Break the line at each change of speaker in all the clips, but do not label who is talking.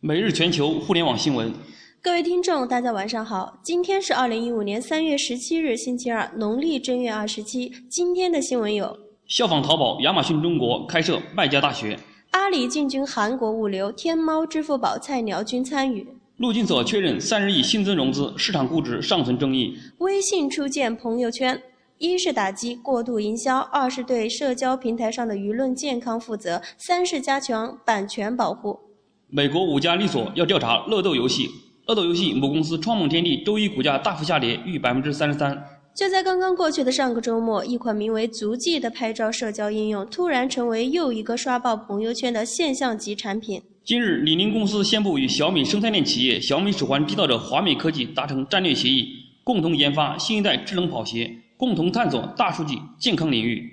每日全球互联网新闻。
各位听众，大家晚上好。今天是二零一五年三月十七日，星期二，农历正月二十七。今天的新闻有：
效仿淘宝，亚马逊中国开设卖家大学；
阿里进军韩国物流，天猫、支付宝、菜鸟均参与；
陆金所确认三十亿新增融资，市场估值尚存争议；
微信初见朋友圈。一是打击过度营销，二是对社交平台上的舆论健康负责，三是加强版权保护。
美国五家律所要调查乐豆游戏，乐豆游戏母公司创梦天地周一股价大幅下跌逾百分之三十三。
就在刚刚过去的上个周末，一款名为“足迹”的拍照社交应用突然成为又一个刷爆朋友圈的现象级产品。
近日，李宁公司宣布与小米生态链企业小米手环制造者华美科技达成战略协议，共同研发新一代智能跑鞋。共同探索大数据健康领域。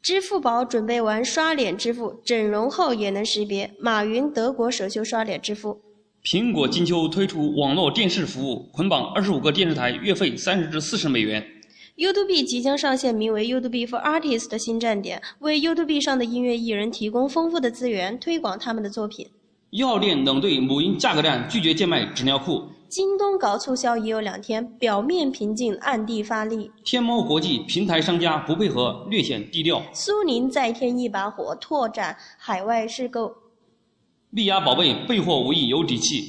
支付宝准备玩刷脸支付，整容后也能识别。马云德国首秀刷脸支付。
苹果金秋推出网络电视服务，捆绑二十五个电视台，月费三十至四十美元。
YouTube 即将上线名为 YouTube for Artists 的新站点，为 YouTube 上的音乐艺人提供丰富的资源，推广他们的作品。
一号店冷对母婴价格战，拒绝贱卖纸尿裤。
京东搞促销已有两天，表面平静，暗地发力。
天猫国际平台商家不配合，略显低调。
苏宁再添一把火，拓展海外市购。
力压宝贝备货无疑有底气。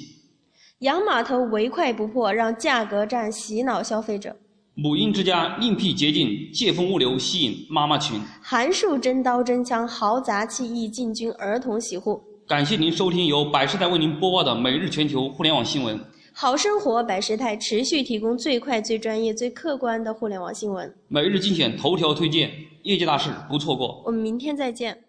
洋码头唯快不破，让价格战洗脑消费者。
母婴之家另辟捷径，借风物流吸引妈妈群。
韩束真刀真枪，豪砸气意进军儿童洗护。
感谢您收听由百事泰为您播报的每日全球互联网新闻。
好生活百时态持续提供最快、最专业、最客观的互联网新闻。
每日精选头条推荐，业界大事不错过。
我们明天再见。